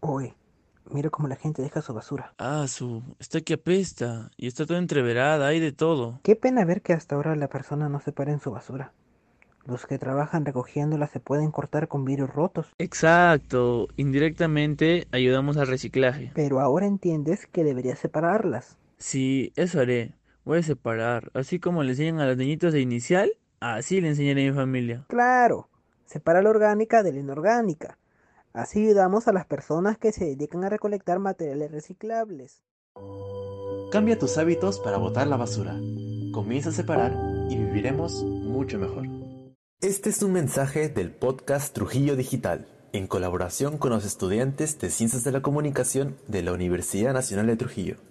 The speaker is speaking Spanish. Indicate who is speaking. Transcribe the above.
Speaker 1: Uy, mira cómo la gente deja su basura.
Speaker 2: Ah, su, está que apesta y está toda entreverada, hay de todo.
Speaker 1: Qué pena ver que hasta ahora la persona no separa en su basura. Los que trabajan recogiéndola se pueden cortar con vidrios rotos.
Speaker 2: Exacto, indirectamente ayudamos al reciclaje.
Speaker 1: Pero ahora entiendes que deberías separarlas.
Speaker 2: Sí, eso haré. Voy a separar. Así como le enseñan a los niñitos de inicial, así le enseñaré a mi familia.
Speaker 1: Claro, separa la orgánica de la inorgánica. Así ayudamos a las personas que se dedican a recolectar materiales reciclables.
Speaker 3: Cambia tus hábitos para botar la basura. Comienza a separar y viviremos mucho mejor. Este es un mensaje del podcast Trujillo Digital, en colaboración con los estudiantes de Ciencias de la Comunicación de la Universidad Nacional de Trujillo.